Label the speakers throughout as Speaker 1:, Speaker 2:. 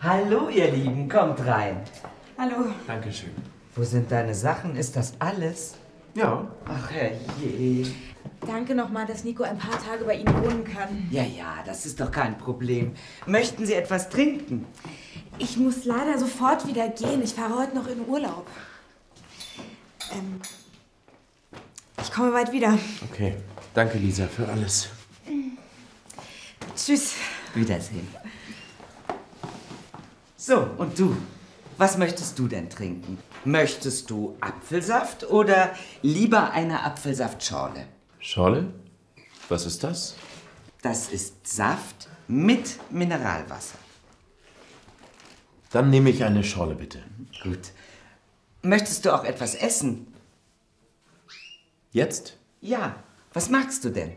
Speaker 1: Hallo, ihr Lieben, kommt rein.
Speaker 2: Hallo.
Speaker 3: Dankeschön.
Speaker 1: Wo sind deine Sachen? Ist das alles?
Speaker 3: Ja.
Speaker 1: Ach, herrje.
Speaker 2: Danke nochmal, dass Nico ein paar Tage bei Ihnen wohnen kann.
Speaker 1: Ja, ja, das ist doch kein Problem. Möchten Sie etwas trinken?
Speaker 2: Ich muss leider sofort wieder gehen. Ich fahre heute noch in Urlaub. Ähm, ich komme bald wieder.
Speaker 3: Okay. Danke, Lisa, für alles.
Speaker 2: Tschüss.
Speaker 1: Wiedersehen. So, und du? Was möchtest du denn trinken? Möchtest du Apfelsaft oder lieber eine Apfelsaftschorle?
Speaker 3: Schorle? Was ist das?
Speaker 1: Das ist Saft mit Mineralwasser.
Speaker 3: Dann nehme ich eine Schorle, bitte.
Speaker 1: Gut. Möchtest du auch etwas essen?
Speaker 3: Jetzt?
Speaker 1: Ja. Was magst du denn?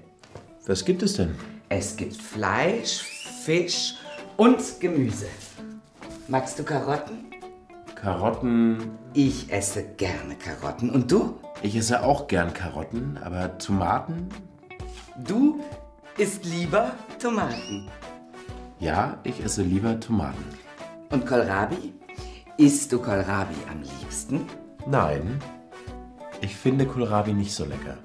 Speaker 3: Was gibt es denn?
Speaker 1: Es gibt Fleisch, Fisch und Gemüse. Magst du Karotten?
Speaker 3: Karotten.
Speaker 1: Ich esse gerne Karotten. Und du?
Speaker 3: Ich esse auch gern Karotten, aber Tomaten?
Speaker 1: Du isst lieber Tomaten.
Speaker 3: Ja, ich esse lieber Tomaten.
Speaker 1: Und Kohlrabi? Isst du Kohlrabi am liebsten?
Speaker 3: Nein. Ich finde Kohlrabi nicht so lecker.